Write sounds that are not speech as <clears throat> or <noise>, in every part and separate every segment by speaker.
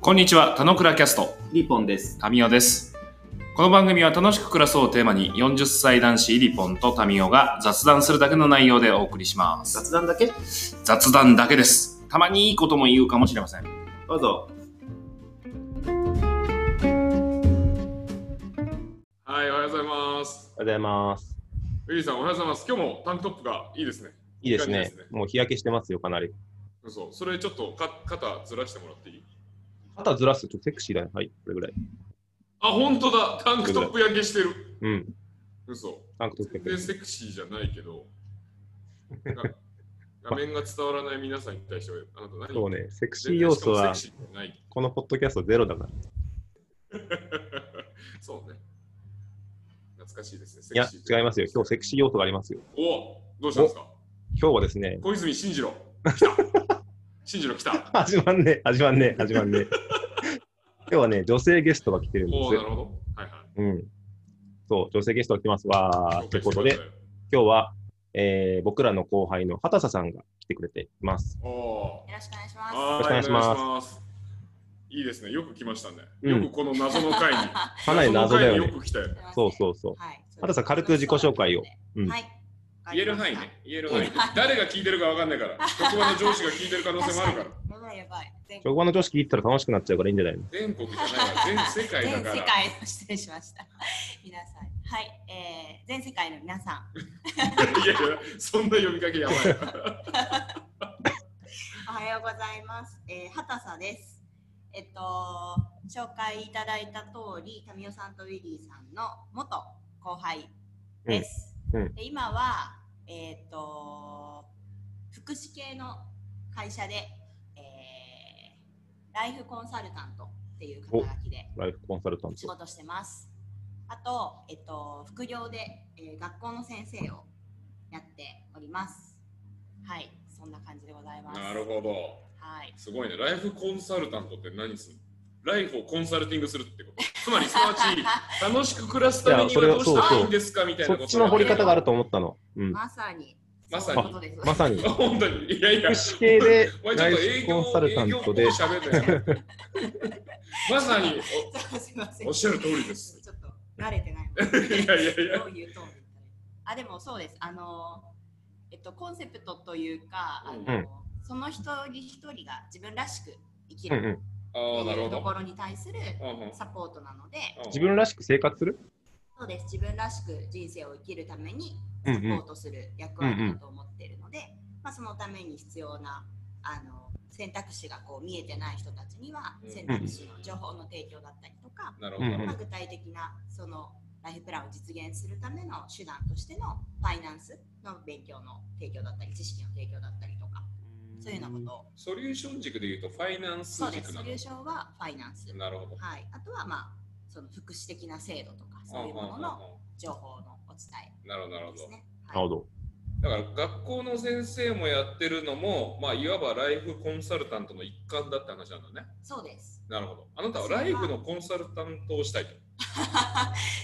Speaker 1: こんにちは、田野倉キャスト、
Speaker 2: リポンです。
Speaker 1: タミオです。この番組は楽しく暮らそうをテーマに、40歳男子リポンとタミオが雑談するだけの内容でお送りします。
Speaker 2: 雑談だけど
Speaker 1: 雑談だけです。たまにいいことも言うかもしれません。
Speaker 2: うぞ。
Speaker 3: はい、おはようございます。
Speaker 4: おはようございます。
Speaker 3: ウィリーさん、おはようございます。今日もタンクトップがいいですね。
Speaker 4: いいですね。
Speaker 3: いい感じです
Speaker 4: もう日焼けしてますよ、かなり。
Speaker 3: そう、それちょっとか肩ずらしてもらっていい
Speaker 4: 肩ずらすとちょっとセクシーだね。はい、これぐらい。
Speaker 3: あ、本当だ。タンクトップ焼けしてる。
Speaker 4: うん。
Speaker 3: 嘘。
Speaker 4: タンクトッ
Speaker 3: 全
Speaker 4: プや
Speaker 3: 然
Speaker 4: けど
Speaker 3: セクシーじゃないけど。が画面が伝わらない皆さんに対して、あなた何
Speaker 4: そう。ね、セクシー
Speaker 3: 全然
Speaker 4: 要
Speaker 3: しか
Speaker 4: 素
Speaker 3: もセ
Speaker 4: は
Speaker 3: ク、シーじゃない。 <laughs>
Speaker 4: このポッドキャストゼロだから。い
Speaker 3: そうね。懐かしいですね。
Speaker 4: や、違いますよ。今日セクシー要素がありますよ。
Speaker 3: ー。おどうしたんですか
Speaker 4: 今日はですね、
Speaker 3: 小泉進次郎。来た。進次郎
Speaker 4: <laughs>
Speaker 3: 来た。
Speaker 4: 始まんねえ、始まんねえ、始ま
Speaker 3: <laughs>
Speaker 4: んねえ。今日はね、女性ゲストが来てるんで
Speaker 3: おお
Speaker 4: す
Speaker 3: な。るほど。はいはい。
Speaker 4: うん。そう、女性ゲストが来てますわ
Speaker 3: 紹
Speaker 4: ー。と
Speaker 3: 介して
Speaker 4: いうこと
Speaker 3: くだ
Speaker 4: で
Speaker 3: さ、い
Speaker 4: 今日は、えー、僕らの後輩の畑佐さんが来てくれています。
Speaker 3: おお。
Speaker 5: よろしくお願いします。
Speaker 3: は
Speaker 4: よろしくお願いしま
Speaker 3: お
Speaker 4: す
Speaker 3: 願いします。いいですね。よく来ましたね。
Speaker 4: うん
Speaker 3: よくこの謎の
Speaker 4: <laughs>
Speaker 3: 回に。
Speaker 4: かなり謎だよ
Speaker 3: 謎の回によ。
Speaker 4: ね
Speaker 3: く来たよ。
Speaker 4: そうそうそう。
Speaker 5: はい。
Speaker 4: あとさ軽く自己紹介をうん
Speaker 5: はい。
Speaker 3: 言える範囲ね。言える範囲
Speaker 5: 言える範。囲
Speaker 3: 誰が聞いてるかわかんないから。職場の上司が聞いてる可能性もある
Speaker 5: <laughs>
Speaker 3: から。
Speaker 5: やばいやばい。全
Speaker 4: 職場の女子聞いてたら楽しくなっちゃうからいいんじゃないの
Speaker 3: 全国じゃないわ。全世界だ
Speaker 5: 全
Speaker 3: から。
Speaker 5: 世界の失礼しました。皆さん。はい。えー、全世界の皆さん。
Speaker 3: いやいや、そんな呼びかけやばい。
Speaker 5: おはようございます。えー、はたさです。えっと、紹介いただいた通り、タミオさんとウィリーさんの元後輩です。
Speaker 4: うんうん
Speaker 5: で今は、えっと、福祉系の会社で、えーライフコンサルタントっていう肩書きで
Speaker 4: ライフコンサルタン
Speaker 5: 仕
Speaker 4: ト。
Speaker 5: 事してます。あと、えっと、副業で、えー学校の先生をやっております。はい、そんな感じでございます。
Speaker 3: なるほど。
Speaker 5: はい。
Speaker 3: すごいね。ライフコンサルタントって何するのライフをコンサルティングするってこと。つまり、すなわち、楽しく暮らすためにはどうしたらいいんですかみたい
Speaker 4: <laughs> そ
Speaker 3: なこと。
Speaker 4: っちの掘り方があると思ったの。うん。
Speaker 5: まさに。
Speaker 3: まさに
Speaker 5: そういうことです
Speaker 4: まさに。
Speaker 3: あ <laughs> 本当に。いやいや
Speaker 4: 福。祉
Speaker 3: <laughs>
Speaker 4: 系で
Speaker 3: お前ちょ
Speaker 4: ラ
Speaker 3: っ
Speaker 4: イ
Speaker 3: と営
Speaker 4: フ
Speaker 3: 業
Speaker 4: コンサルタントで
Speaker 3: 営業っぽく喋ったよ。まさに
Speaker 5: <laughs> すいません
Speaker 3: おっしゃる通りです。
Speaker 5: ちょっと慣れてない
Speaker 3: お <laughs>
Speaker 5: の
Speaker 3: いや
Speaker 5: で。
Speaker 3: いやいや
Speaker 5: ど。ういうとあでもそうですあのえっとコンセプトというか、あの
Speaker 4: うん
Speaker 5: その一人一人が自分らしく生き
Speaker 4: うんう
Speaker 5: る
Speaker 4: ん、
Speaker 3: ああ、
Speaker 5: と
Speaker 3: なる
Speaker 5: い
Speaker 3: ほ
Speaker 5: うと
Speaker 3: ど
Speaker 5: こ。ろに対する
Speaker 3: うんうん
Speaker 5: サポートなので、
Speaker 4: 自分らしく生活する
Speaker 5: そうです自分らしく人生を生きるために
Speaker 4: うんう
Speaker 5: サポ
Speaker 4: ん
Speaker 5: ートする役割だと思っているので、まあ、そのために必要なあの選択肢がこう見えてない人たちには
Speaker 3: うん
Speaker 5: 選択肢の情報の提供だったりとか、
Speaker 3: なるほど。なる
Speaker 4: うん
Speaker 5: ま
Speaker 3: ほ
Speaker 5: あ、具体的なそのライフプランを実現するための手段としてのファイナンスの勉強の提供だったり知識の提供だったりとかそういうようなことを
Speaker 3: どソリューション軸で言うと、ファイナンス
Speaker 5: そうで
Speaker 3: 軸
Speaker 5: すソ
Speaker 3: な
Speaker 5: リューションはファイナンス、
Speaker 3: の。なるほど。
Speaker 5: はい、あとはまあその福祉的な制度とかそういうものの情報のお伝
Speaker 3: なるほど、なる
Speaker 5: え
Speaker 3: ほ
Speaker 5: です
Speaker 3: ど。
Speaker 5: ね、
Speaker 4: なる
Speaker 5: はい
Speaker 4: ほ、ど。
Speaker 3: だから学校の先生もやってるのも、まあ、いわばライフコンサルタントの一環だって話なんだね。
Speaker 5: そうです <laughs>
Speaker 3: なるほど。あなたはライフのコンサルタントをしたいと。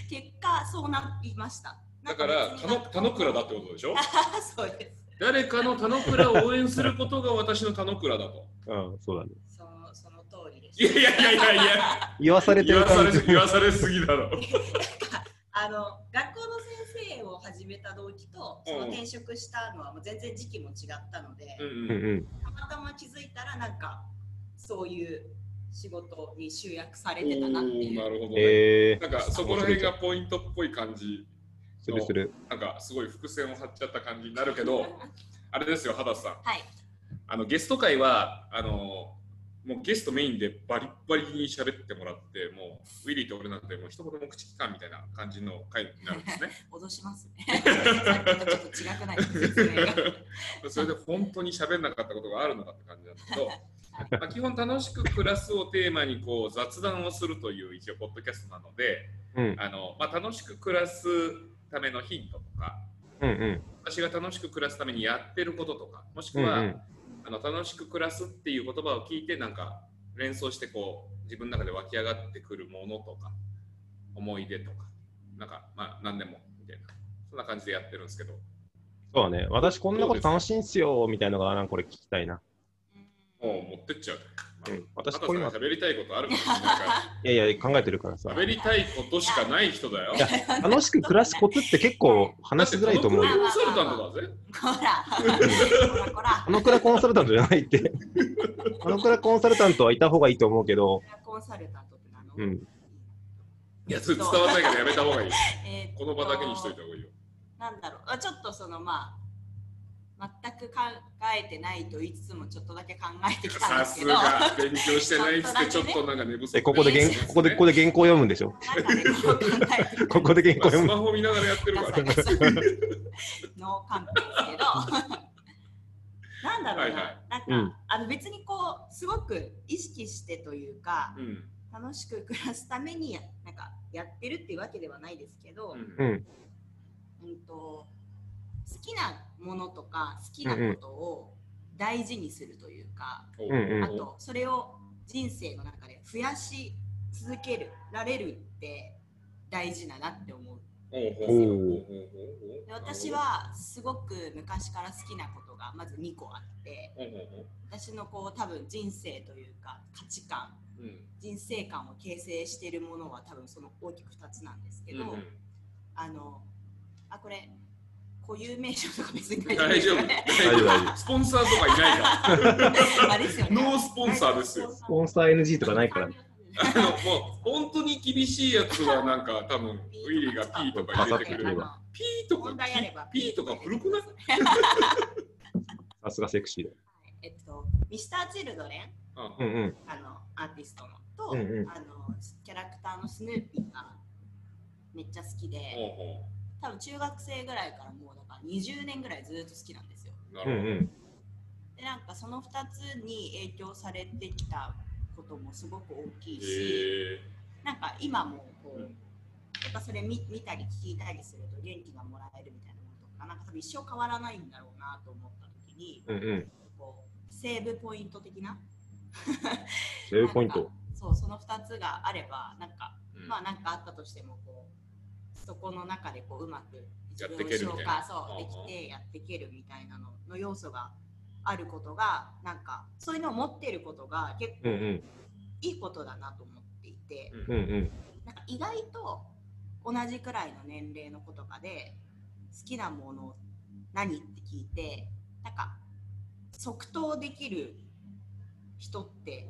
Speaker 5: 結果そうなりました
Speaker 3: だから、田野田野倉だってことでしょ
Speaker 5: <laughs> そうで
Speaker 3: 誰かの田野倉を応援することが私の田野倉だと。
Speaker 4: うん、そうだね。
Speaker 5: すそのその通りで
Speaker 3: いやい
Speaker 5: す
Speaker 3: やいやいやいや。
Speaker 4: 言わされて
Speaker 3: 言
Speaker 4: る
Speaker 3: わさ
Speaker 4: 感じ
Speaker 3: れ。言わされすぎだろ。
Speaker 5: あの学校の先生を始めた動機とその転職したのはもう全然時期も違ったので、
Speaker 4: うんうん。
Speaker 5: たまたま気づいたらなんかそういう仕事に集約されてたなって
Speaker 3: おー
Speaker 5: い
Speaker 3: な
Speaker 5: う
Speaker 3: るほど、ね
Speaker 4: えー、
Speaker 3: なんかそこら辺がポイントっぽい感じ、
Speaker 4: するする。
Speaker 3: なんかすごい伏線を張っちゃった感じになるけど、あれですよ、畑さん。
Speaker 5: はい
Speaker 3: あのゲスト会はあのもうゲストメインでバリッバリに喋ってもらって、もうウィリーと俺なんてもう一言も口きかんみたいな感じの会になるんですね。
Speaker 5: 脅しますね <laughs> さっきとちょっと違くないですか説明が
Speaker 3: それで本当に喋んなかったことがあるのかって感じなんだけど、
Speaker 4: <laughs>
Speaker 3: まあ、基本楽しく暮らすをテーマにこう雑談をするという一応ポッドキャストなので、
Speaker 4: うん
Speaker 3: あのまあ、楽しく暮らすためのヒントとか
Speaker 4: うんうん。
Speaker 3: 私が楽しく暮らすためにやってることとかもしく
Speaker 4: うん
Speaker 3: は、
Speaker 4: うん。
Speaker 3: あの楽しく暮らすっていう言葉を聞いてなんか連想してこう自分の中で湧き上がってくるものとか思い出とかなんかまあ何でもみたいなそんな感じでやってるんですけど
Speaker 4: そうだね。私こんなこと楽しいんすよ、みたいなのが、なんかこれ聞きたいな。
Speaker 5: <laughs>
Speaker 3: もう持ってっちゃう
Speaker 4: うん
Speaker 3: あ
Speaker 4: 私、
Speaker 3: と
Speaker 4: こういうの
Speaker 3: さ、
Speaker 4: は、
Speaker 3: 喋りたいことあるかもしれないか
Speaker 4: いやいや、考えてるからさ
Speaker 3: ら、。
Speaker 4: <laughs>
Speaker 3: 喋りたいことしかない人だよ。
Speaker 4: いや楽しく暮らすコツって結構 <laughs> 話しづらいと思う
Speaker 3: だって
Speaker 4: よ。
Speaker 3: コンサルタントだぜ。
Speaker 5: こら、 <laughs> こら、こら
Speaker 4: あ、のくらコンサルタントじゃない
Speaker 3: <laughs>
Speaker 4: って。あのくらコンサルタントはいた方がいいと思うけど、
Speaker 5: コンサルタントってなの、
Speaker 4: うん、
Speaker 3: いや、それ伝わらないからやめた方がいい。
Speaker 5: えーっと
Speaker 3: この場だけにしといた方が
Speaker 5: <laughs>
Speaker 3: いいよ。
Speaker 5: なんだろうあ、ちょっとそのまあ、全く考えてないと言いつつも、ちょっとだけ考えてきたん
Speaker 3: さ
Speaker 5: です
Speaker 3: す
Speaker 5: けど、なんか
Speaker 3: が、勉強してないっつって、ちょっとなんか寝不足。
Speaker 4: えここ <laughs> で原ここでここで原稿読むんでしょ。
Speaker 5: ね、こう考えて
Speaker 4: ここで原稿
Speaker 3: ス
Speaker 4: 読む。
Speaker 3: マホ見ながらやってるから。
Speaker 5: なんか <laughs> そうノーカンペですけど、 <laughs> なんだろうな、
Speaker 3: はいは
Speaker 5: なんか、
Speaker 4: うん
Speaker 5: あの別にこう、すごく意識してというか、
Speaker 3: うん。
Speaker 5: 楽しく暮らすためにやなんかやってるっていうわけではないですけど、
Speaker 4: う
Speaker 3: うん
Speaker 4: ん、
Speaker 5: うんと好きなものとか好きなことを大事にするというか、
Speaker 3: お
Speaker 4: うんうん
Speaker 5: あとそれを人生の中で増やし続けるられるって大事だなって思う
Speaker 3: おうほうほうほう
Speaker 5: で私、はすごく昔から好きなことがまず2個あって
Speaker 3: おうほうほ
Speaker 5: 私のこう多分人生というか価値観
Speaker 3: ううん
Speaker 5: 人生観を形成しているものは多分その大きく2つなんですけど、
Speaker 3: うん
Speaker 5: あのあこれ固有名称とか別に
Speaker 3: 大
Speaker 5: 大
Speaker 3: 丈
Speaker 5: 丈
Speaker 3: 夫
Speaker 5: 夫で
Speaker 3: 大
Speaker 5: す
Speaker 3: 丈
Speaker 5: よ
Speaker 3: 夫
Speaker 5: ね。
Speaker 4: 大丈
Speaker 3: スポンサーとかいないから
Speaker 5: <laughs> あれですよね。
Speaker 3: ノースポンサーですよ
Speaker 5: ス
Speaker 4: スポンサー NG とかないから。
Speaker 3: あのもう本当に厳しいやつはなんか多分ウィリーがピーとか入れてくれ
Speaker 4: れ
Speaker 3: る
Speaker 4: ば
Speaker 3: ピーとか
Speaker 5: 問題あれば
Speaker 3: ピーとか古くない
Speaker 4: さすがセクシーだ。
Speaker 5: <laughs> えっと、ミスター・チルドレン、
Speaker 4: うんうん。
Speaker 5: あのアーティストのと、
Speaker 4: うんうん
Speaker 5: あのキャラクターのスヌーピーがめっちゃ好き
Speaker 3: お
Speaker 5: で、多分中学生ぐらいからもうだから20年ぐらいずっと好きなんですよ。
Speaker 3: うほうな
Speaker 4: うん
Speaker 3: るほど、
Speaker 4: うん。
Speaker 5: で、なんかその2つに影響されてきたこともすごく大きいし。
Speaker 3: え
Speaker 5: なんか今もこう、
Speaker 3: うん
Speaker 5: やっぱそれ見見たり聞いたりすると元気がもらえるみたいなものとか、なんか多分一生変わらないんだろうなと思った時に、
Speaker 4: うんうん。
Speaker 5: こうセーブポイント的な。
Speaker 4: セーブポイン
Speaker 5: なん
Speaker 4: ト
Speaker 5: か。そう、その2つがあれば、なんか、
Speaker 3: ーうん
Speaker 5: まあなんかあったとしても、こう、そこの中でこううまく
Speaker 3: やってけるみたいな
Speaker 5: 化そう、できてやっていけるみたいなのの要素があることが、なんか、そういうのを持ってることが結
Speaker 4: うんう
Speaker 5: 構
Speaker 4: ん。
Speaker 5: いいことだなと思っていて、
Speaker 4: うんうん。
Speaker 5: なんか意外と同じくらいの年齢の子とかで好きなもの何って聞いてなんか即答できる人って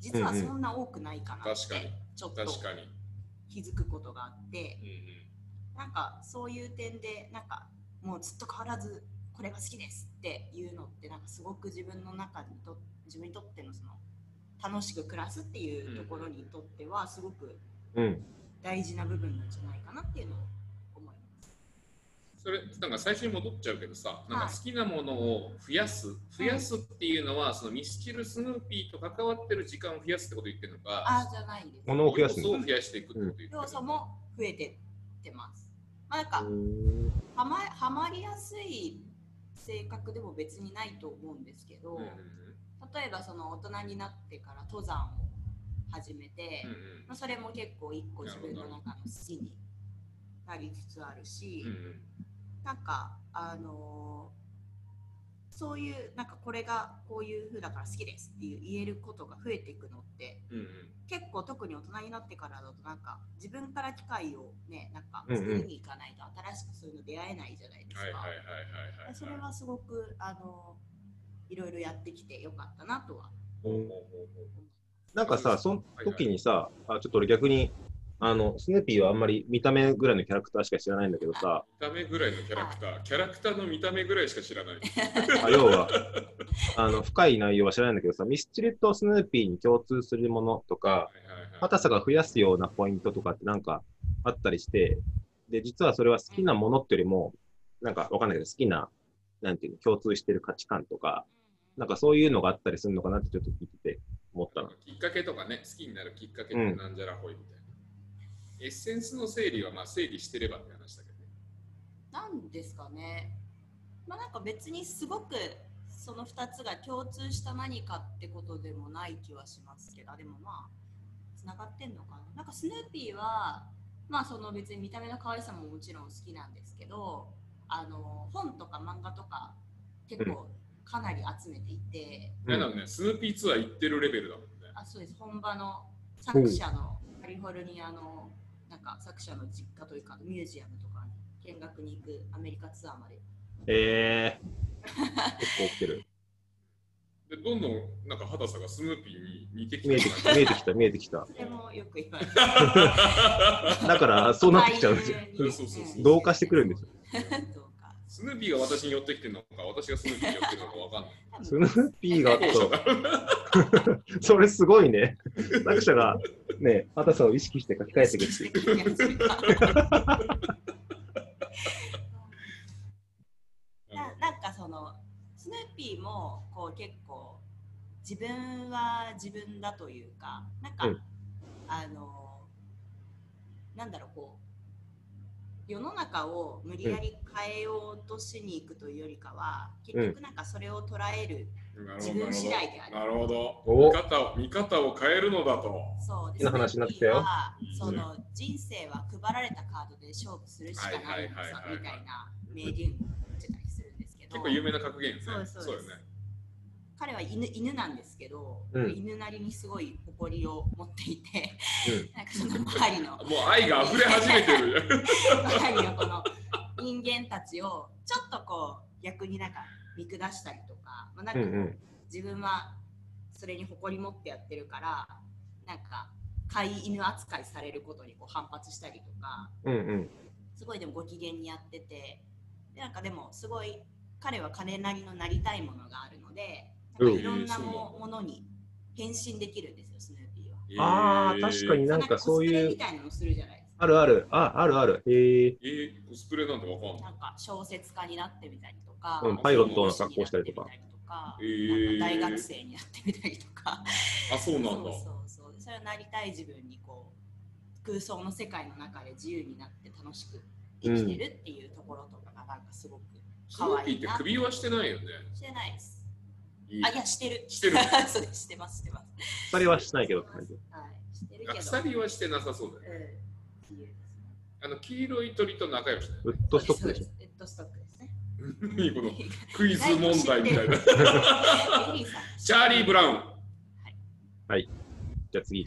Speaker 5: 実はそんな多くないかなっ
Speaker 3: 確か
Speaker 5: て
Speaker 3: に
Speaker 5: ちょっと
Speaker 3: 確かに、
Speaker 5: 気づくことがあって
Speaker 3: うん
Speaker 5: なんかそういう点でなんかもうずっと変わらずこれが好きですっていうのってなんかすごく自分の中にと自分にとってのその楽しく暮らすっていうところにとってはすごく
Speaker 4: うん。
Speaker 5: 大事な部分なんじゃないかなっていうのを思います。
Speaker 3: それなんか最初に戻っちゃうけどさなんか好きなものを増やす増やすっていうのはそのミスチルスヌーピーと関わってる時間を増やすってこと言ってるのか
Speaker 5: ああじゃないです。
Speaker 4: 物を増やす
Speaker 3: 要素を増やしていくってこと言ってる
Speaker 5: 要素も増えてってます。まあ、なんかはまはまりやすい性格でも別にないと思うんですけど、
Speaker 3: うんうん
Speaker 5: 例えばその大人になってから登山を始めて、
Speaker 3: うん
Speaker 5: まあ、それも結構一個自分の中の好きになりつつあるし、
Speaker 3: うんうん
Speaker 5: なんかあのーそういうなんかこれがこういう風だから好きですっていう言えることが増えていくのって
Speaker 3: うんうん
Speaker 5: 結構特に大人になってからだとなんか自分から機会をねなんか
Speaker 4: うんうん
Speaker 5: 作りに行かないと新しくそういうの出会えないじゃないですか、
Speaker 3: はいはいはいはいはいはい
Speaker 5: それはすごくあのいろいろやってきてよかったなとは
Speaker 3: ほうほうほ
Speaker 4: なんかさ、その時にさ、あちょっと俺逆に、あの、スヌーピーはあんまり見た目ぐらいのキャラクターしか知らないんだけどさ、
Speaker 3: う見た目ぐらいのキャラクターキャラクターの見た目ぐらいしか知ら
Speaker 5: <laughs>
Speaker 3: ない
Speaker 4: あ要 <laughs> は、あの、深い内容は知らないんだけどさ、ミスチルとスヌーピーに共通するものとか、
Speaker 3: はいはいはい
Speaker 4: 硬さが増やすようなポイントとかってなんかあったりして、で、実はそれは好きなものってよりも、なんかわかんないけど、好きな、なんていうの、共通してる価値観とか、なんかそういうのがあったりするのかなってちょっと聞いてて思ったな。
Speaker 3: きっかけとかね好きになるきっかけってなんじゃらほいみたいな、エッセンスの整理はまあ整理してればって話だけどね
Speaker 5: なんですかねまあなんか別にすごくその2つが共通した何かってことでもない気はしますけどあでもまあつながってんのかななんかスヌーピーはまあその別に見た目の可愛さももちろん好きなんですけどあの本とか漫画とか結構かなり集めていて、
Speaker 3: えなんかね、スヌーピーツアー行ってるレベルだもんね。
Speaker 5: あそうです本場の作者のカリフォルニアのなんか作者の実家というかミュージアムとかに見学に行くアメリカツアーまで
Speaker 4: えー、結構起きてる。
Speaker 3: で、どんどんなんか肌さがスヌーピーに似てき
Speaker 4: 見え
Speaker 3: て
Speaker 4: て
Speaker 3: る
Speaker 4: きた、見えてきた、見えてきた。
Speaker 5: それもよく言われて
Speaker 4: だから、そうなってきちゃうんですよ。
Speaker 3: そうそうそうそう
Speaker 4: 同化してくるん
Speaker 5: <laughs>
Speaker 4: です
Speaker 5: よ。同化
Speaker 3: スヌーピーが私に寄ってきてるのか、私がスヌーピーに寄ってるのかわかんない。
Speaker 4: スヌーピーが
Speaker 3: 後者
Speaker 4: と
Speaker 3: だ、
Speaker 4: それすごいね。作者が、ね、畑さんを意識して書き換えてくるっていう。
Speaker 5: ななんかそのスヌーピーもこう結構自分は自分だというかなんか、
Speaker 4: うん
Speaker 5: あのなんだろうこう世の中を無理やり変えようとしに行くというよりかは、結局なんかそれを捉える、 <laughs>
Speaker 3: なる
Speaker 5: 自
Speaker 3: ほど
Speaker 5: 分次第である
Speaker 3: なるほど。
Speaker 4: お
Speaker 3: 見方を見方を変えるのだと。
Speaker 5: そうで
Speaker 4: 変な話になってきたよ
Speaker 5: スヌーピーはその人生は配られたカードで勝負するしかないんだぞ
Speaker 3: はいはいはいはい
Speaker 5: みたいな名言を言ってたりするんですけど
Speaker 3: 結構有名な格言ですね。
Speaker 5: そうですそうです
Speaker 3: よね。
Speaker 5: 彼は犬犬なんですけど、
Speaker 4: うん
Speaker 5: 犬なりにすごい誇りを持っていて、
Speaker 4: う
Speaker 5: <laughs> なんかその周りの
Speaker 3: もう愛が溢れ始めてる。
Speaker 5: 周りのこの人間たちをちょっとこう逆になんか見下したりとか、まあ、なん
Speaker 4: う
Speaker 5: か
Speaker 4: ん
Speaker 5: こ
Speaker 4: う。
Speaker 5: うん自分はそれに誇り持ってやってるからなんか飼い犬扱いされることにこう反発したりとか
Speaker 4: うんうん。
Speaker 5: すごいでもご機嫌にやっててでなんかでもすごい彼は彼なりのなりたいものがあるのでなんかいろんなも,、
Speaker 3: うん
Speaker 5: ものに変身できるんですよスヌーピーは。
Speaker 4: あ
Speaker 3: え
Speaker 4: あ、
Speaker 3: ー
Speaker 4: 確かになんかそう
Speaker 5: コスプレ
Speaker 4: い
Speaker 5: み
Speaker 4: う、
Speaker 5: たいなのするじゃないですか。
Speaker 4: あるある、あ、あるある。へえ。
Speaker 3: えー、コスプレなんてわかんない。
Speaker 5: なんか小説家になってみたりとか、
Speaker 4: うん
Speaker 3: パイロット
Speaker 4: の格好したりとか
Speaker 5: なんか
Speaker 3: えー
Speaker 5: 大学生になってみたりとか、
Speaker 3: あ、そうなんだ。
Speaker 5: そうそうそう、それはなりたい自分にこう空想の世界の中で自由になって楽しく生きてるっていうところとかがなんかすごく
Speaker 3: スヌ
Speaker 5: 可
Speaker 3: ーピー
Speaker 5: 愛
Speaker 3: っ
Speaker 5: い
Speaker 3: て
Speaker 5: な。
Speaker 3: 首はしてないよね。
Speaker 5: してないです。
Speaker 3: いい
Speaker 5: あいやしてる。
Speaker 3: してる
Speaker 5: <laughs> そうですしてますしてます。
Speaker 4: 二人はしないけどって感じ。
Speaker 5: はいしてる
Speaker 3: あ
Speaker 5: けど。
Speaker 3: 鎖はしてなさそうだよね。
Speaker 5: うん自由ですね。
Speaker 3: あの黄色い鳥と仲良しだ
Speaker 5: <laughs>
Speaker 3: よ
Speaker 4: ウッドストックでし
Speaker 5: そうすウッドストックですね。
Speaker 3: ね何このクイズ問題みたいな。
Speaker 5: エリーさん
Speaker 3: チャーリー・ブラウン。
Speaker 4: ょ。じゃあ次。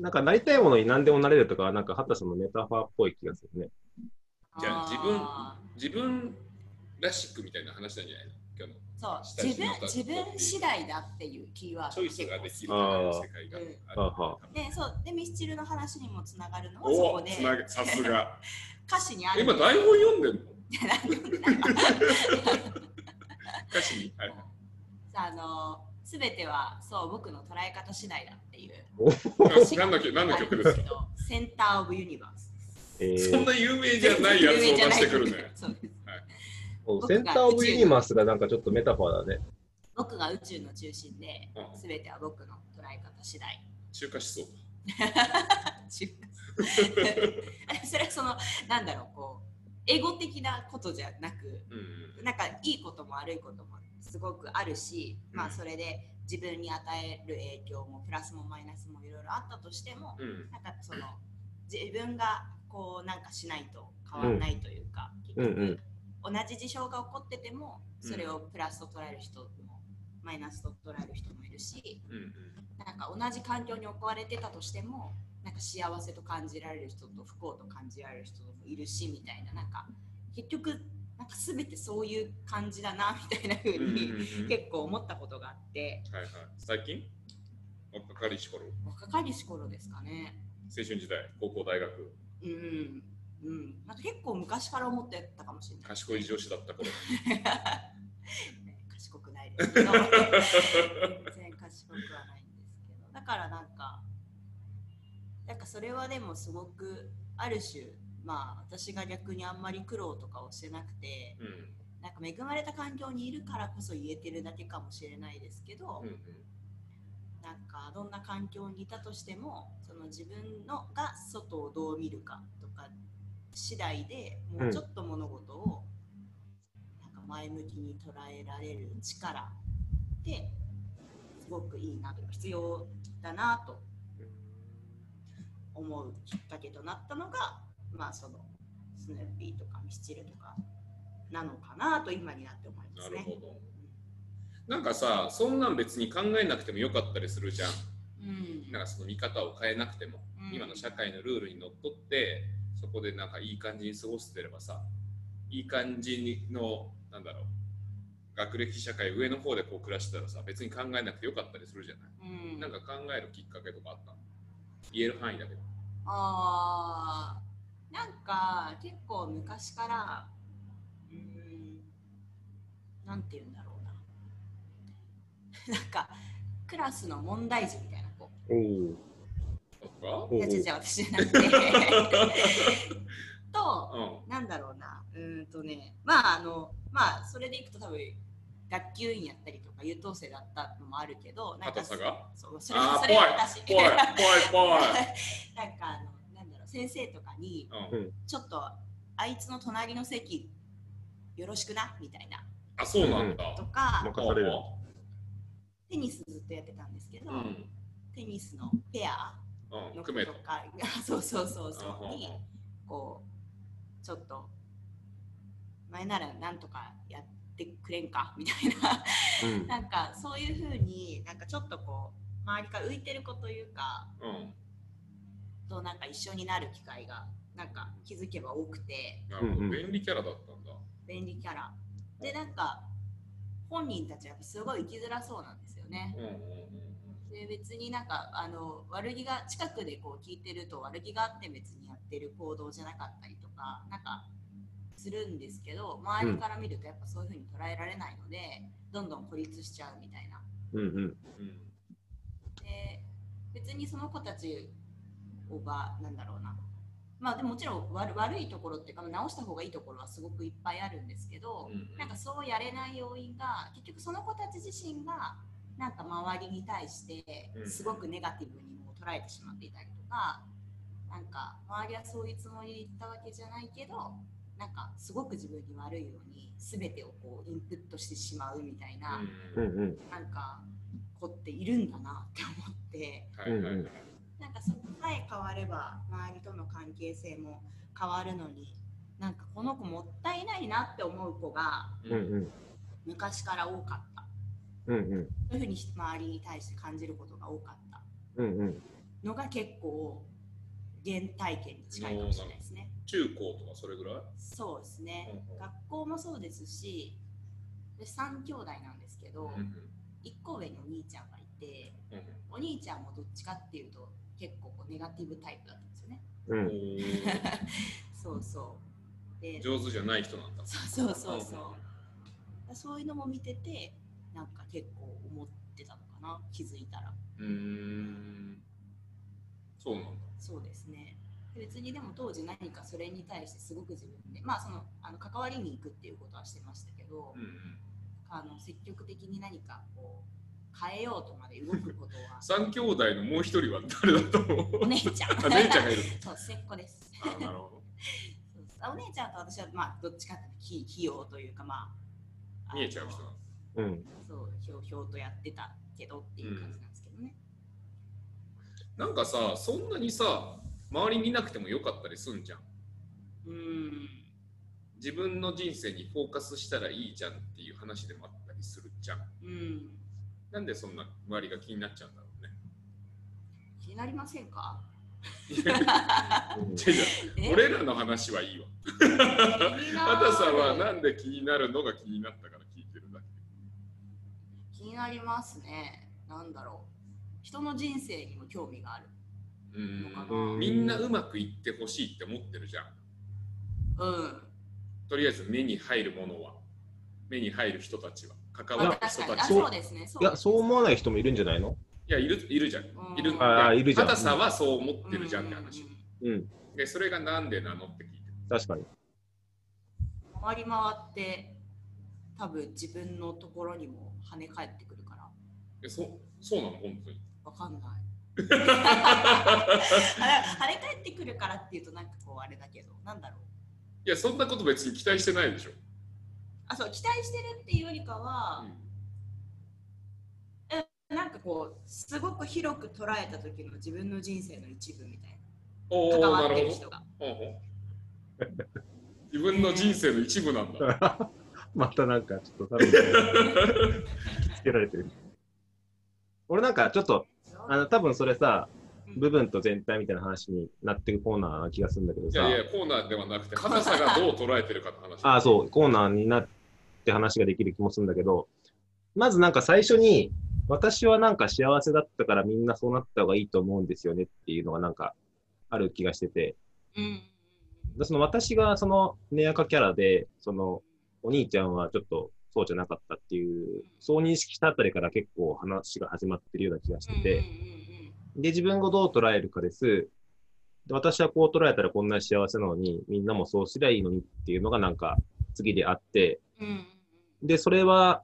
Speaker 4: なんかなりたいものに何でもなれるとか、なんか畑さんのメタファーっぽい気がするね。
Speaker 3: <laughs> じゃあ自分
Speaker 5: あ
Speaker 3: 自分らしくみたいな話なんじゃないの今日の
Speaker 5: ーそ
Speaker 3: 親
Speaker 5: う
Speaker 3: し
Speaker 5: 自
Speaker 3: み
Speaker 5: 分
Speaker 3: の立
Speaker 5: 自
Speaker 3: 場
Speaker 5: 分次第だっていうキーワード
Speaker 3: チョイスができる世
Speaker 4: あー
Speaker 3: 界が
Speaker 5: うん
Speaker 3: ある
Speaker 4: はあは
Speaker 5: でそうでミスチルの話にもつながるのはそ
Speaker 3: お
Speaker 5: こで
Speaker 3: つなげさす
Speaker 5: <laughs>
Speaker 3: が。
Speaker 5: 歌詞にあ
Speaker 3: え
Speaker 5: る
Speaker 3: 今台本読んでんの
Speaker 5: なんか
Speaker 3: 歌詞に、
Speaker 5: <laughs>
Speaker 3: はい、
Speaker 5: あの全てはそう僕の捉え方次第だっていう
Speaker 3: あ何の曲何の曲ですか
Speaker 5: かセンター・オブ・ユニバース
Speaker 4: えー
Speaker 3: そんな有名じゃないやつを出してくるね。
Speaker 5: そうです
Speaker 4: そうセンターオブユニマスがなんかちょっとメタファーだね。
Speaker 5: 僕が宇宙の中心で
Speaker 3: うん
Speaker 5: 全ては僕の捉え方次第
Speaker 3: 中華思想。
Speaker 5: 中華それはそのなんだろうこう英語的なことじゃなく
Speaker 3: うんうん
Speaker 5: なんかいいことも悪いこともすごくあるし、
Speaker 3: うん
Speaker 5: まあそれで自分に与える影響もプラスもマイナスもいろいろあったとしても、
Speaker 3: うん
Speaker 5: なんかその自分がこうなんかしないと変わらないというか、
Speaker 4: うん
Speaker 5: 結
Speaker 4: うん
Speaker 5: 局同じ事象が起こっててもそれをプラスと捉える人もマイナスと捉える人もいるし、
Speaker 3: うんうん
Speaker 5: なんか同じ環境に置かれてたとしてもなんか幸せと感じられる人と不幸と感じられる人もいるしみたいななんか結局なんか全てそういう感じだなみたいな風
Speaker 3: うんうん
Speaker 5: に
Speaker 3: うん
Speaker 5: 結構思ったことがあって
Speaker 3: はいはい。最近若かりし頃、青
Speaker 5: 若かりし頃ですかね
Speaker 3: 春時代、高校、大学、
Speaker 5: うんうんなんか結構昔から思ってたかもしれない
Speaker 3: 賢い女子だった頃。
Speaker 5: 賢くないですけど全然賢くはないんですけどだからなんかなんかそれはでもすごくある種まあ私が逆にあんまり苦労とかをしてなくて
Speaker 3: うん
Speaker 5: なんか恵まれた環境にいるからこそ言えてるだけかもしれないですけど、
Speaker 3: うんうん
Speaker 5: なんかどんな環境にいたとしてもその自分のが外をどう見るかとか次第でもうちょっと物事をなんか前向きに捉えられる力ってすごくいいなと必要だなと思うきっかけとなったのがまあそのスヌーピーとかミスチルとかなのかなと今になって思いま
Speaker 3: な
Speaker 5: す
Speaker 3: る
Speaker 5: ね。
Speaker 3: ほど。なんかさ、そんなん別に考えなくてもよかったりするじゃん。
Speaker 5: うん
Speaker 3: なんかその見方を変えなくても、
Speaker 5: うん
Speaker 3: 今の社会のルールにのっとってそこでなんかいい感じに過ごしてればさいい感じのなんだろう学歴社会上の方でこう暮らしてたらさ別に考えなくてよかったりするじゃない、
Speaker 5: うん
Speaker 3: なんか考えるきっかけとかあったの言える範囲だけど
Speaker 5: あーなんか結構昔からうーんなんて言うんだろうな <laughs> なんかクラスの問題児みたいな子
Speaker 4: おー
Speaker 3: とか
Speaker 4: お
Speaker 5: いや違う
Speaker 4: ー
Speaker 5: 違う私じゃなくて <laughs> と
Speaker 3: うん
Speaker 5: なんだろうなうーんとねまああのまあそれでいくと多分学級委員やったりとか優等生だったのもあるけどなんか
Speaker 3: 硬さが
Speaker 5: そうそれ
Speaker 3: ああ
Speaker 5: そ
Speaker 3: ぽい
Speaker 5: れは私 <laughs>
Speaker 3: ぽいぽいぽ
Speaker 5: なんかあのなんだろう先生とかに
Speaker 3: い、うん、
Speaker 5: ちょっとあいつの隣の席よろしくなみたいな
Speaker 3: あそうなんだ、
Speaker 5: とか
Speaker 4: 任される。
Speaker 5: テニスずっとやってたんですけど、
Speaker 3: うん
Speaker 5: テニスのペア
Speaker 3: うん
Speaker 5: の子
Speaker 3: 含め
Speaker 5: と
Speaker 3: た
Speaker 5: か <laughs> そうそうそうそう
Speaker 3: うん
Speaker 5: にこうちょっと前ならなんとかやってくれんかみたいな
Speaker 4: うん
Speaker 5: なんかそういうふうになんかちょっとこう周りから浮いてる子というか
Speaker 3: うん
Speaker 5: となんか一緒になる機会がなんか気づけば多くて
Speaker 3: なるほど、
Speaker 4: うんうん
Speaker 3: 便利キャラだったんだ
Speaker 5: 便利キャラでなんか本人たちはやっぱすごい生きづらそうなんですよね
Speaker 3: うんうんうんうん
Speaker 5: で別になんかあの悪気が近くでこう聞いてると悪気があって別にやってる行動じゃなかったりとかなんかするんですけど周りから見るとやっぱそういう風に捉えられないので、どんどん孤立しちゃうみたいな
Speaker 4: うんうん
Speaker 3: うん
Speaker 5: で別にその子たちをがなんだろうなまあでももちろん悪悪いところっていうか直した方がいいところはすごくいっぱいあるんですけど、
Speaker 3: うん
Speaker 5: なんかそうやれない要因が結局その子たち自身がなんか周りに対して
Speaker 3: うん
Speaker 5: すごくネガティブにもう捉えてしまっていたりとか、なんか周りはそういうつもりで言ったわけじゃないけどなんかすごく自分に悪いように全てをこうインプットしてしまうみたいな、
Speaker 4: う
Speaker 3: うんん
Speaker 4: うん
Speaker 5: なんか子っているんだなって思って
Speaker 3: はいはいはい。
Speaker 5: なんかそこさえ変われば周りとの関係性も変わるのになんかこの子もったいないなって思う子が
Speaker 4: うんうん
Speaker 5: 昔から多かった。
Speaker 4: うんうん
Speaker 5: そういうふうに周りに対して感じることが多かった
Speaker 4: うんうん
Speaker 5: のが結構原体験に近いかもしれないですね。
Speaker 3: 中高とかそれぐらい。
Speaker 5: そうですね
Speaker 3: うんうん。
Speaker 5: 学校もそうですし、私3兄弟なんですけど、1個上にお兄ちゃんがいて、お兄ちゃんもどっちかっていうと結構こうネガティブタイプだったんですよね。
Speaker 4: うんうん
Speaker 3: お
Speaker 5: そうそう。で
Speaker 3: ー、上手じゃない人なんだ。
Speaker 5: そうそうそうそう。そういうのも見てて、なんか結構思ってたのかな、気づいたら。
Speaker 3: うーん。そうなんだ。
Speaker 5: そうですね。別にでも当時何かそれに対してすごく自分で、まあそのあの関わりに行くっていうことはしてましたけど、
Speaker 3: うんうん。
Speaker 5: あの積極的に何かこう変えようとまで動くこと
Speaker 3: <laughs>
Speaker 5: は
Speaker 3: 三兄弟のもう一人は誰だと思う
Speaker 5: お。姉ちゃん。
Speaker 3: あ、姉ちゃんがいる。
Speaker 5: <laughs> そう、末っ子です。
Speaker 3: あ、なるほ
Speaker 5: そうですあお姉ちゃんと私はまあどっちかっていうと器器用というかまあ、
Speaker 3: ど。見えちゃう人
Speaker 5: あ
Speaker 3: な
Speaker 5: の
Speaker 3: んだ。
Speaker 4: うん
Speaker 5: そう、ひょうひょうとやってたけどっていう感じなんですけどね。
Speaker 3: なんかさ、そんなにさ、周り見なくてもよかったりすんじゃん。
Speaker 5: うん。
Speaker 3: 自分の人生にフォーカスしたらいいじゃんっていう話でもあったりするじゃん。
Speaker 5: うん。
Speaker 3: なんでそんな周りが気になっちゃうんだろうね。
Speaker 5: 気になりませんか
Speaker 3: 違う違う
Speaker 5: え
Speaker 3: 俺らの話はいいわ。
Speaker 5: 気になる
Speaker 3: あたさんはなんで気になるのが気になったから聞いてるんだ
Speaker 5: 気になりますね。なんだろう。人の人生にも興味がある
Speaker 3: う
Speaker 5: のか
Speaker 3: ん
Speaker 5: な。
Speaker 4: う
Speaker 5: うん
Speaker 3: みんなうまくいってほしいって思ってるじゃん。
Speaker 5: ん。
Speaker 3: とりあえず目に入るものは、目に入る人たちは、関
Speaker 5: ま
Speaker 3: わ
Speaker 5: あ
Speaker 3: る人
Speaker 5: 確かに。
Speaker 3: た
Speaker 5: あ、
Speaker 3: ちは。
Speaker 5: そうですね。そ
Speaker 4: いう
Speaker 5: で
Speaker 4: や
Speaker 5: す
Speaker 4: そう思わない人もいるんじゃないの
Speaker 3: いや、いるいるじゃん。いる
Speaker 5: うん
Speaker 4: あーいるじゃん
Speaker 3: あたさんはそう思ってるじゃんって
Speaker 5: う
Speaker 3: 話
Speaker 4: う
Speaker 5: う。
Speaker 4: ん
Speaker 3: で、それがなんでなのって聞いてる。
Speaker 4: 確かに
Speaker 5: うん回り回って、多分自分のところにも跳ね返ってくるから、
Speaker 3: えそそうなの、本当に。
Speaker 5: わかんない。
Speaker 3: <laughs>
Speaker 5: あれ跳ね返ってくるからっていうと、なんかこう、あれだけど、なんだろう。
Speaker 3: いや、そんなこと別に期待してないでしょ。
Speaker 5: あ、そう、期待してるっていうよりかは、なんかこう、すごく広く捉えた時の自分の人生の一部みたい
Speaker 3: お
Speaker 5: な。関
Speaker 3: お
Speaker 5: わ
Speaker 3: な
Speaker 5: って
Speaker 3: る
Speaker 5: る
Speaker 3: ほ
Speaker 5: 人が。
Speaker 3: ど。うんうん自分の人生の一部なんだ。
Speaker 4: <laughs> またなんかちょっと多分、引きつけられてる。俺なんかちょっと、あの、多分それさ、部分と全体みたいな話になってくコーナーな気がするんだけど
Speaker 3: い
Speaker 4: さ
Speaker 3: やい、や、コーナーではなくて、硬さがどう捉えてるかって話。
Speaker 4: ああ、そう、コーナーになって話ができる気もするんだけど、まずなんか最初に、私はなんか幸せだったからみんなそうなった方がいいと思うんですよねっていうのがなんかある気がしてて、
Speaker 5: うん。
Speaker 4: でその私がそのネアカキャラで、そのお兄ちゃんはちょっとそうじゃなかったっていう、そう認識したあたりから結構話が始まってるような気がしてて、で、自分をどう捉えるかです。で私はこう捉えたらこんなに幸せなのに、みんなもそうすりゃいいのにっていうのがなんか次であって、
Speaker 5: うんうんうんうん
Speaker 4: で、それは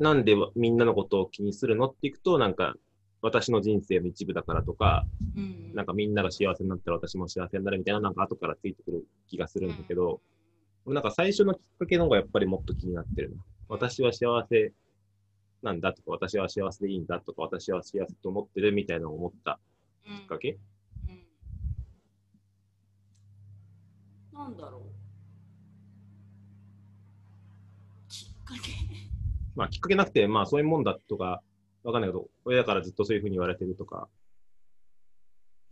Speaker 4: なんでみんなのことを気にするのっていくと、なんか私の人生の一部だからとか、
Speaker 5: うんうん
Speaker 4: なんかみんなが幸せになったら私も幸せになるみたいな、なんか後からついてくる気がするんだけど、俺なんか最初のきっかけの方がやっぱりもっと気になってるな。私は幸せなんだとか、私は幸せでいいんだとか、私は幸せと思ってるみたいなのを思った
Speaker 5: うん
Speaker 4: きっかけ
Speaker 5: うんなんだろうきっかけ
Speaker 4: まあ、きっかけなくて、まあ、そういうもんだとか、わかんないけど、親からずっとそういうふうに言われてるとか、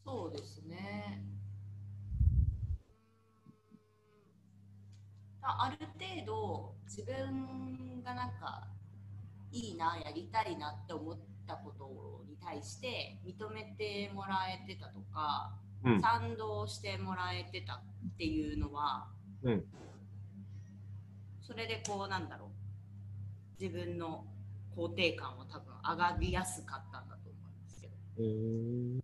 Speaker 5: そうですね。あある程度自分がなんかいいなやりたいなって思ったことに対して認めてもらえてたとか、
Speaker 4: うん
Speaker 5: 賛同してもらえてたっていうのは、
Speaker 4: うん
Speaker 5: それでこうなんだろう自分の肯定感は多分上がりやすかったんだと思うんですけど。
Speaker 4: うん、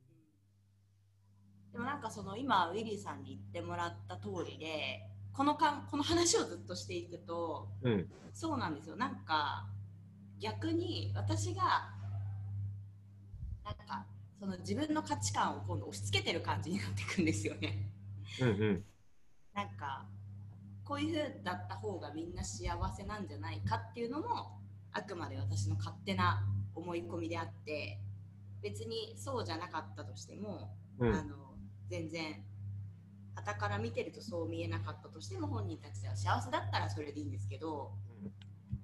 Speaker 5: でもなんかその今ウィリーさんに言ってもらった通りでこのかんこの話をずっとしていくと
Speaker 4: うん、
Speaker 5: そうなんですよなんか逆に私がなんかその自分の価値観を今度押し付けてる感じになってくんですよね。
Speaker 4: うん、
Speaker 5: なんかこういう風だった方がみんな幸せなんじゃないかっていうのもあくまで私の勝手な思い込みであって別にそうじゃなかったとしても
Speaker 4: うん、う
Speaker 5: あ
Speaker 4: ん、
Speaker 5: の全然傍から見てるとそう見えなかったとしても本人たちは幸せだったらそれでいいんですけど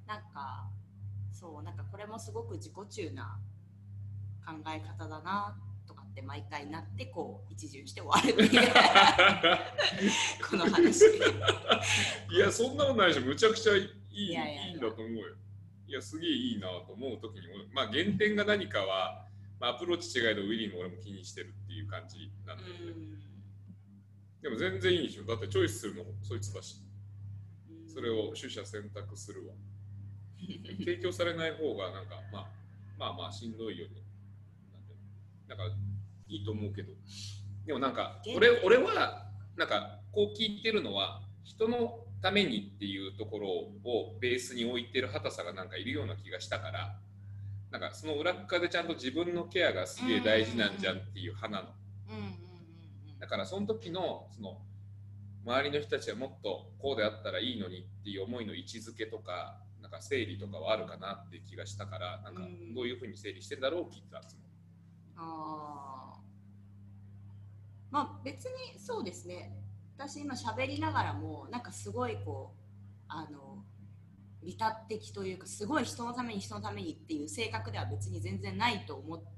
Speaker 5: なんかそうなんかこれもすごく自己中な考え方だなとかって毎回なってこう一巡して終わるっていうこの
Speaker 3: <laughs>
Speaker 5: 話。
Speaker 3: いや、そんなことないでしょ。むちゃくちゃいい
Speaker 5: いやいや
Speaker 3: いいんだと思うよ。いや、すげえいいなと思うときに、まあ、原点が何かは、まあ、アプローチ違いのウィリーも俺も気にしてるっていう感じなん
Speaker 5: う
Speaker 3: で、
Speaker 5: ん
Speaker 3: でも全然いいでしょ。だってチョイスするのもそいつだし、
Speaker 5: うん
Speaker 3: それを取捨選択するわ。提供されない方が、なんか、まあ、まあまあ、しんどいよね。なんでなんか、いいと思うけど。でもなんか、俺俺は、なんか、こう聞いてるのは、人のためにっていうところをベースに置いてる畑さがなんかいるような気がしたから、なんかその裏っ側でちゃんと自分のケアがすげえ大事なんじゃんっていう派なの。
Speaker 5: うんうんうんうん
Speaker 3: だからその時のその周りの人たちはもっとこうであったらいいのにっていう思いの位置づけとかなんか整理とかはあるかなっていう気がしたからなんか
Speaker 5: うん
Speaker 3: どういうふうに整理してんだろう聞いてたんですもん
Speaker 5: あーまあ別にそうですね私今喋りながらもなんかすごいこうあの利他的というかすごい人のために人のためにっていう性格では別に全然ないと思って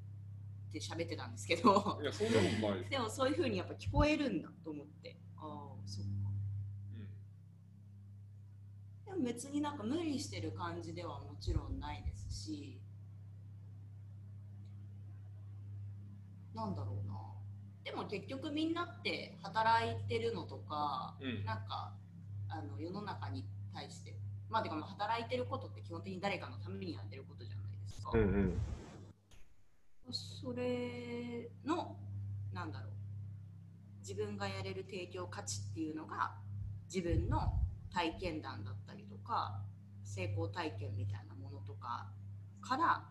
Speaker 5: 喋ってたんですけ
Speaker 3: <laughs>
Speaker 5: ど
Speaker 3: いやそんなことないでしょ
Speaker 5: でもそういうふうにやっぱ聞こえるんだと思ってああそっかでも別になんか無理してる感じではもちろんないですしなんだろうなでも結局みんなって働いてるのとか
Speaker 3: うん、うん
Speaker 5: なんかあの世の中に対してまあてかまあ働いてることって基本的に誰かのためにやってることじゃないですか、
Speaker 4: うん、うん、
Speaker 5: それのなんだろう自分がやれる提供価値っていうのが自分の体験談だったりとか成功体験みたいなものとかから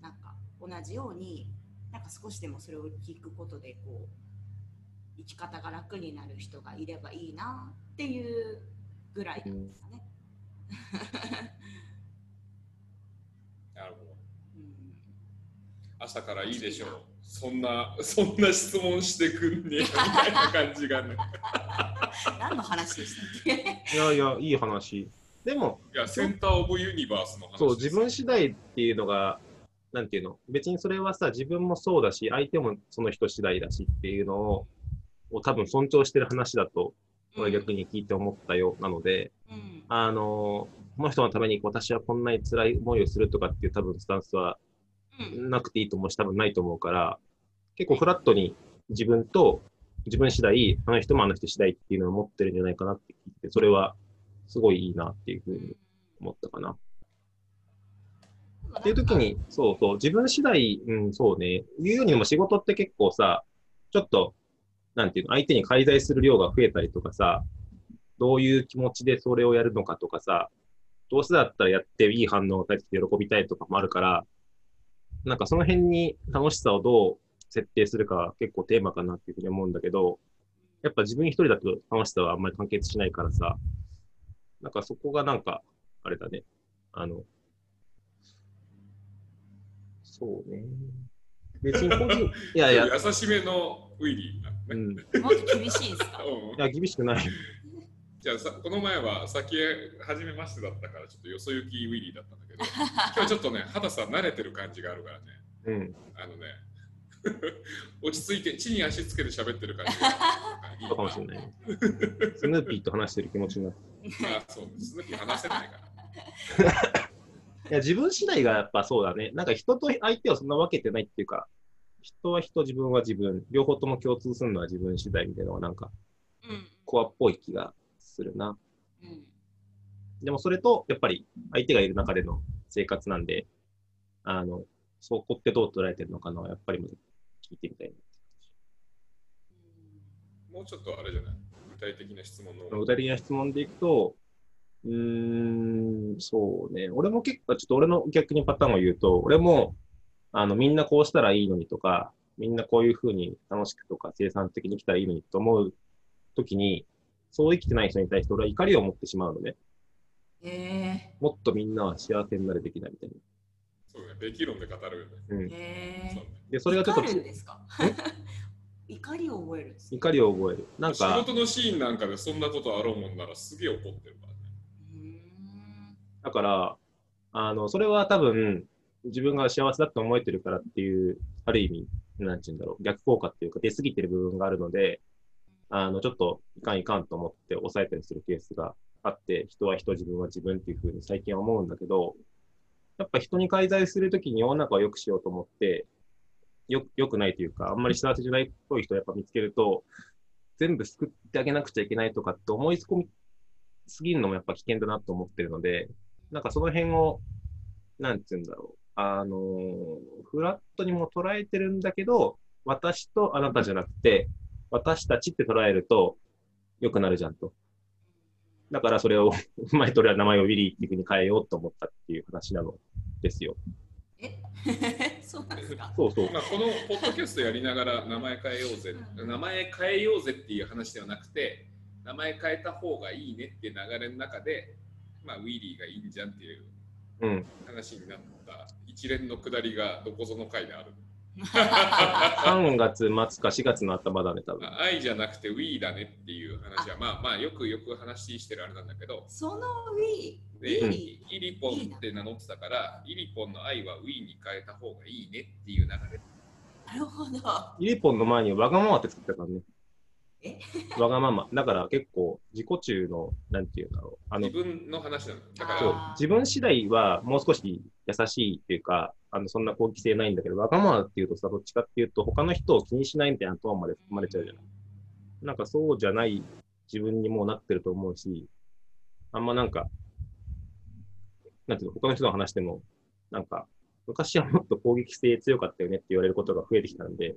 Speaker 5: なんか同じようになんか少しでもそれを聞くことでこう生き方が楽になる人がいればいいなっていうぐらいなんですかね。
Speaker 3: なるほど
Speaker 5: うん
Speaker 3: 朝からいいでしょう <laughs> <laughs> そんなそんな質問してくんねみたいな感じがね
Speaker 5: 何の話でしたっけ
Speaker 4: いやいや、いい話。でも、
Speaker 3: いや、センター・オブ・ユニバースの話です
Speaker 4: そう、自分次第っていうのが、なんていうの、別にそれはさ、自分もそうだし、相手もその人次第だしっていうのを、を多分尊重してる話だと、俺逆に聞いて思ったようなので、
Speaker 5: うん。
Speaker 4: あのこの人のために私はこんなに辛い思いをするとかっていう多分スタンスは
Speaker 5: うん。
Speaker 4: なくていいと思うし、多分ないと思うから、結構フラットに自分と自分次第、あの人もあの人次第っていうのを持ってるんじゃないかなって聞いて、それはすごいいいなっていうふうに思ったかな。っていう時に、そうそう、自分次第、うん、そうね、言うよりも仕事って結構さ、ちょっと、なんていうの、相手に介在する量が増えたりとかさ、どういう気持ちでそれをやるのかとかさ、どうせだったらやっていい反応を返ってきて喜びたいとかもあるから、なんかその辺に楽しさをどう設定するかは結構テーマかなっていうふうに思うんだけど、やっぱ自分一人だと楽しさはあんまり完結しないからさ、なんかそこがなんか、あれだね、あの、そうね。別に個人、いやいや、
Speaker 3: 優しめのウィリーなね。
Speaker 4: うん。い
Speaker 5: うんもっと厳しいんですか
Speaker 3: うん
Speaker 4: や、厳しくない。
Speaker 3: じゃあさこの前は先へ初めましてだったからちょっとよそ行きウィリーだったんだけど今日ちょっとね肌さん慣れてる感じがあるからね
Speaker 4: うん。
Speaker 3: あのね <laughs> 落ち着いて地に足つけて喋ってる感じがあるいい
Speaker 4: そうかもしれない。スヌーピーと話してる気持ちになる。
Speaker 3: あそう鈴木話せないから
Speaker 4: いや、自分次第がやっぱそうだね。なんか人と相手をそんな分けてないっていうか、人は人、自分は自分、両方とも共通するのは自分次第みたいなのがなんか
Speaker 5: うん。
Speaker 4: コアっぽい気がするな。
Speaker 5: うん。
Speaker 4: でもそれと、やっぱり相手がいる中での生活なんで、あの、そこってどう捉えてるのかな、やっぱり聞いてみたい
Speaker 3: もうちょっとあれじゃない具体的な質問の
Speaker 4: な。具体的な質問でいくと、うーん、そうね。俺も結構、ちょっと俺の逆にパターンを言うと、俺も、あの、みんなこうしたらいいのにとか、みんなこういうふうに楽しくとか生産的に生きたらいいのにと思うときに、そう生きてない人に対して俺は怒りを持ってしまうのね。
Speaker 5: え
Speaker 4: もっとみんなは幸せになるべきだみたい
Speaker 3: そうねべき論で語るよね
Speaker 4: な。うん
Speaker 5: ー、。え
Speaker 3: そうね
Speaker 4: で、そ
Speaker 5: ー、
Speaker 4: れがちょっと
Speaker 5: 怒るんですか <laughs> 怒りを覚えるんですか
Speaker 4: 怒りを覚える。なん
Speaker 3: 仕
Speaker 4: か、
Speaker 3: 事のシーンなんかでそんなことあろうもんならすげえ怒ってるからね
Speaker 5: うーん
Speaker 4: だから、あの、それは多分、自分が幸せだと思えてるからっていう、ある意味、なんて言うんだろう、逆効果っていうか、出過ぎてる部分があるので、あの、ちょっと、いかんいかんと思って抑えたりするケースがあって、人は人、自分は自分っていうふうに最近は思うんだけど、やっぱ人に介在するときに世の中を良くしようと思って、よ、良くないというか、あんまり幸せじゃないっぽい人をやっぱ見つけると、全部救ってあげなくちゃいけないとかって思い込みすぎるのもやっぱ危険だなと思ってるので、なんかその辺を、なんて言うんだろう。あのーフラットにも捉えてるんだけど、私とあなたじゃなくて、私たちって捉えると良くなるじゃんと。だからそれを、前と俺は名前をウィリーっていうふうに変えようと思ったっていう話なのですよ。
Speaker 5: えそうなん <laughs> ですか
Speaker 4: そうそう。
Speaker 3: まあ、このポッドキャストやりながら名前変えようぜ、名前変えようぜっていう話ではなくて、名前変えた方がいいねっていう流れの中で、まあ、ウィリーがいいんじゃんっていう
Speaker 4: うん。
Speaker 3: 話になった一連のくだりがどこぞの回である。
Speaker 4: 3月末か4月の頭だね、多分。
Speaker 3: まあ愛じゃなくてウィーだねっていう話は、まあまあよくよく話してるあれなんだけど、
Speaker 5: そのウィ
Speaker 3: で、
Speaker 5: うん
Speaker 3: イリポンって名乗ってたから、イリポンの愛はウィーに変えた方がいいねっていう流れ。
Speaker 5: なるほど。
Speaker 4: イリポンの前にわがままって作ってたからね。
Speaker 5: え
Speaker 4: わがまま。だから結構、自己中の、なんて言うんだろう。あの
Speaker 3: 自、分の話なの。だから
Speaker 4: そう
Speaker 5: あー
Speaker 4: 自分次第はもう少し優しいっていうか、あのそんな攻撃性ないんだけど、わがままっていうとさ、どっちかっていうと、他の人を気にしないみたいなトーンまで含まれちゃうじゃない。なんかそうじゃない自分にもうなってると思うし、あんまなんか、なんていうの、他の人の話でも、なんか、昔はもっと攻撃性強かったよねって言われることが増えてきたんで、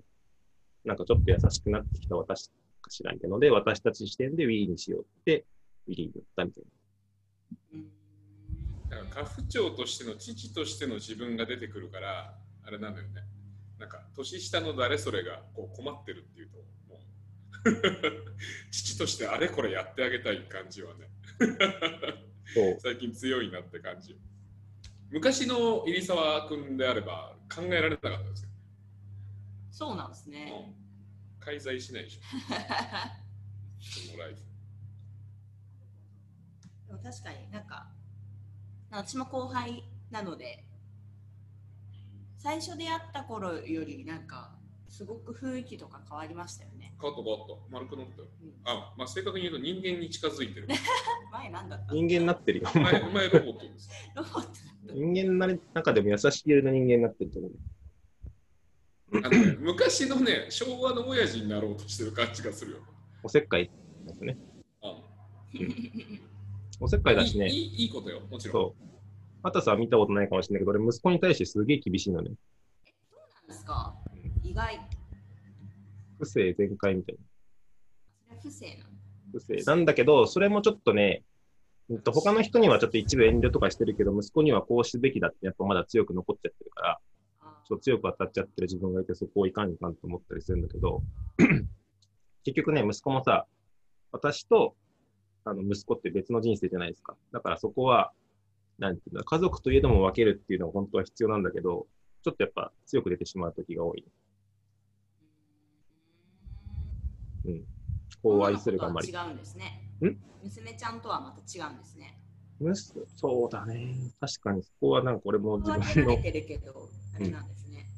Speaker 4: なんかちょっと優しくなってきた私かしらみたいなので、私たち視点で Wii にしようって、Wii に言ったみたいな。
Speaker 5: うん
Speaker 3: だから家父長としての父としての自分が出てくるからあれなのよねなんか年下の誰それがこう困ってるっていうともう <laughs> 父としてあれこれやってあげたい感じはね
Speaker 4: そう
Speaker 3: 最近強いなって感じ昔の入沢君であれば考えられなかったですよ、
Speaker 5: <laughs> そうなんですね。
Speaker 3: もう介在しないでしょそのライフ
Speaker 5: 確かになんか私も後輩なので最初出会った頃よりなんかすごく雰囲気とか変わりましたよね、
Speaker 3: カットカット丸くなったよ
Speaker 5: うん
Speaker 3: あ、まあ、正確に言うと人間に近づいてる
Speaker 5: 前なんだった
Speaker 4: 人間になってるよ。
Speaker 3: 前前ロボットです
Speaker 5: ロボットだっ
Speaker 4: 人間なれ中でも優しい系の人間になってると思う。
Speaker 3: あのね <laughs> 昔のね昭和の親父になろうとしてる感じがするよ
Speaker 4: おせっかいですね。
Speaker 3: あ
Speaker 4: おせっかい
Speaker 3: の
Speaker 4: だ
Speaker 3: い
Speaker 4: し
Speaker 3: い
Speaker 4: ね。
Speaker 3: いいいいことよもちろん
Speaker 4: そう。あたさんは見たことないかもしれないけど、俺息子に対してすげえ厳しいのね。
Speaker 5: たんですか意外
Speaker 4: 不正全開みたい
Speaker 5: それは不正なの
Speaker 4: な。不正。なんだけど、それもちょっとね、うんと他の人にはちょっと一部遠慮とかしてるけど、息子にはこうすべきだってやっぱまだ強く残っちゃってるから、
Speaker 5: あ
Speaker 4: ちょっと強く当たっちゃってる自分がいて、そこをいかんいかんと思ったりするんだけ <clears throat> ど、結局ね、息子もさ、私とあの息子って別の人生じゃないですか。だからそこは、なんていうの、家族といえども分けるっていうのが本当は必要なんだけど、ちょっとやっぱ強く出てしまう時が多い。こう愛するがあまり。
Speaker 5: 女の子とは違うんですね
Speaker 4: ん
Speaker 5: 娘ちゃんとはまた違うんですね
Speaker 4: むすそうだね。確かにそこはなんか俺も自
Speaker 5: 分け
Speaker 4: 分
Speaker 5: ら
Speaker 4: の
Speaker 5: れ
Speaker 4: ち
Speaker 5: てるけどあれなんですね、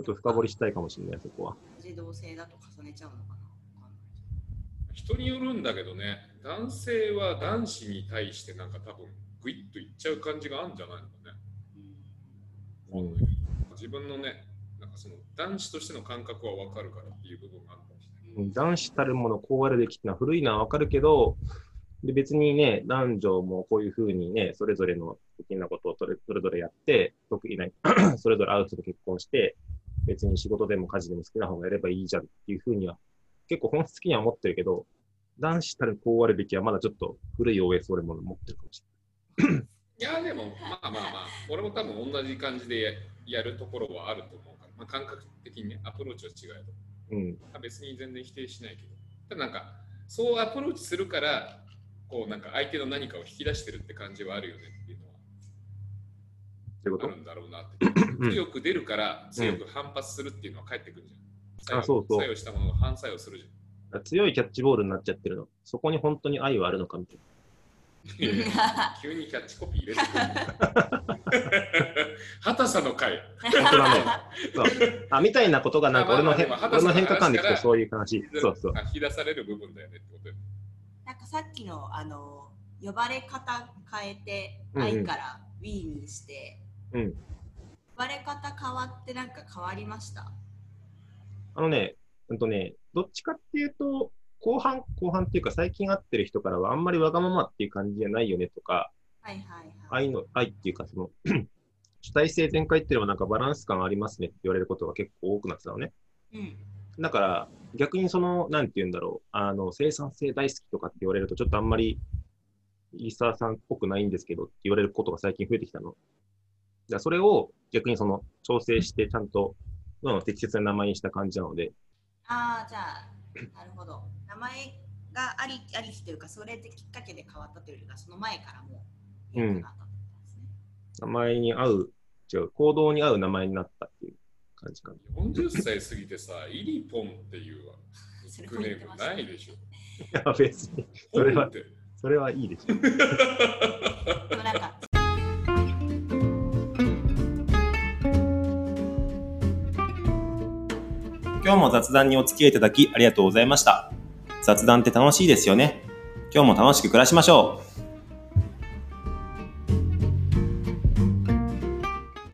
Speaker 4: ょっと深掘りしたいかもしれない、そこは。
Speaker 5: 児童性だと重ねちゃうのかなわかんないけ
Speaker 3: 人
Speaker 5: ど
Speaker 3: によるんだけどね男性は男子に対してなんか多分グイッといっちゃう感じがあるんじゃないのかね
Speaker 4: うん
Speaker 3: 自分のねなんかその男子としての感覚は分かるからっていう部分があるかもしれない
Speaker 4: 男子たるものこうあるべきってのは古いのはわかるけど、で別にね、男女もこういうふうにね、それぞれの得意なことをそれそれぞれやって、得意な、 <clears throat> それぞれ会う人と結婚して、別に仕事でも家事でも好きな方がやればいいじゃんっていうふうには、結構本質的には思ってるけど、男子たるこうあるべきはまだちょっと古い OS 俺も持ってるかもし
Speaker 3: いやでもまあまあまあ俺も多分同じ感じでややるところはあると思うから、まあ、感覚的にねアプローチは違うと
Speaker 4: れない。うん。
Speaker 3: あ別に全然否定しないけどただなんかそうアプローチするからこうなんか相手の何かを引き出してるって感じはあるよねっていうのは
Speaker 4: というこ
Speaker 3: あ
Speaker 4: と
Speaker 3: るんだろうなって強く出るから強く反発するっていうのは返ってくるじゃん、
Speaker 4: あそうそう
Speaker 3: 作用したものが反作用するじゃん
Speaker 4: 強いキャッチボールになっちゃってるの。そこに本当に愛はあるのかみたいな。
Speaker 5: うん
Speaker 3: 急にキャッチコピー入れて
Speaker 4: <laughs>
Speaker 3: くる。畑さんの回。
Speaker 4: 本当だね。そう。
Speaker 3: <laughs>
Speaker 4: あ、みたいなことがなんか俺の変、
Speaker 3: まあまあまあ
Speaker 4: 俺の変化感で聞くとそういう話。そうそう。
Speaker 3: 引き出される部分だよねってことよ
Speaker 5: <laughs> なんかさっきのあの呼ばれ方変えて「
Speaker 4: うんうん
Speaker 5: 愛」から We にして、
Speaker 4: うん
Speaker 5: 呼ばれ方変わってなんか変わりました
Speaker 4: あのね、うんとね、どっちかっていうと、後半、後半っていうか最近会ってる人からはあんまりわがままっていう感じじゃないよねとか、
Speaker 5: はいはいはい。
Speaker 4: 愛の、愛っていうかその、 <clears throat> 主体性全開っていうのはなんかバランス感ありますねって言われることが結構多くなってたのね。
Speaker 5: うん
Speaker 4: だから逆にその、なんて言うんだろう、あの、生産性大好きとかって言われるとちょっとあんまり、イーサーさんっぽくないんですけどって言われることが最近増えてきたの。だからそれを逆にその調整してちゃんと、うん、適切な名前にした感じなので、
Speaker 5: ああじゃあなるほど。名前がありありきというかそれできっかけで変わったというよりかその前からもう良くなったってことですね。
Speaker 4: 名前に合う、違う、行動に合う名前になったっていう感じかな。
Speaker 3: 40歳過ぎてさ、イリポンっていうニックネームないでしょ。
Speaker 4: いや、別に、それは
Speaker 3: ポンって
Speaker 4: それはいいでしょ。
Speaker 5: でもなんか
Speaker 2: 今日も雑談にお付き合いいただきありがとうございました。雑談って楽しいですよね。今日も楽しく暮らしましょう。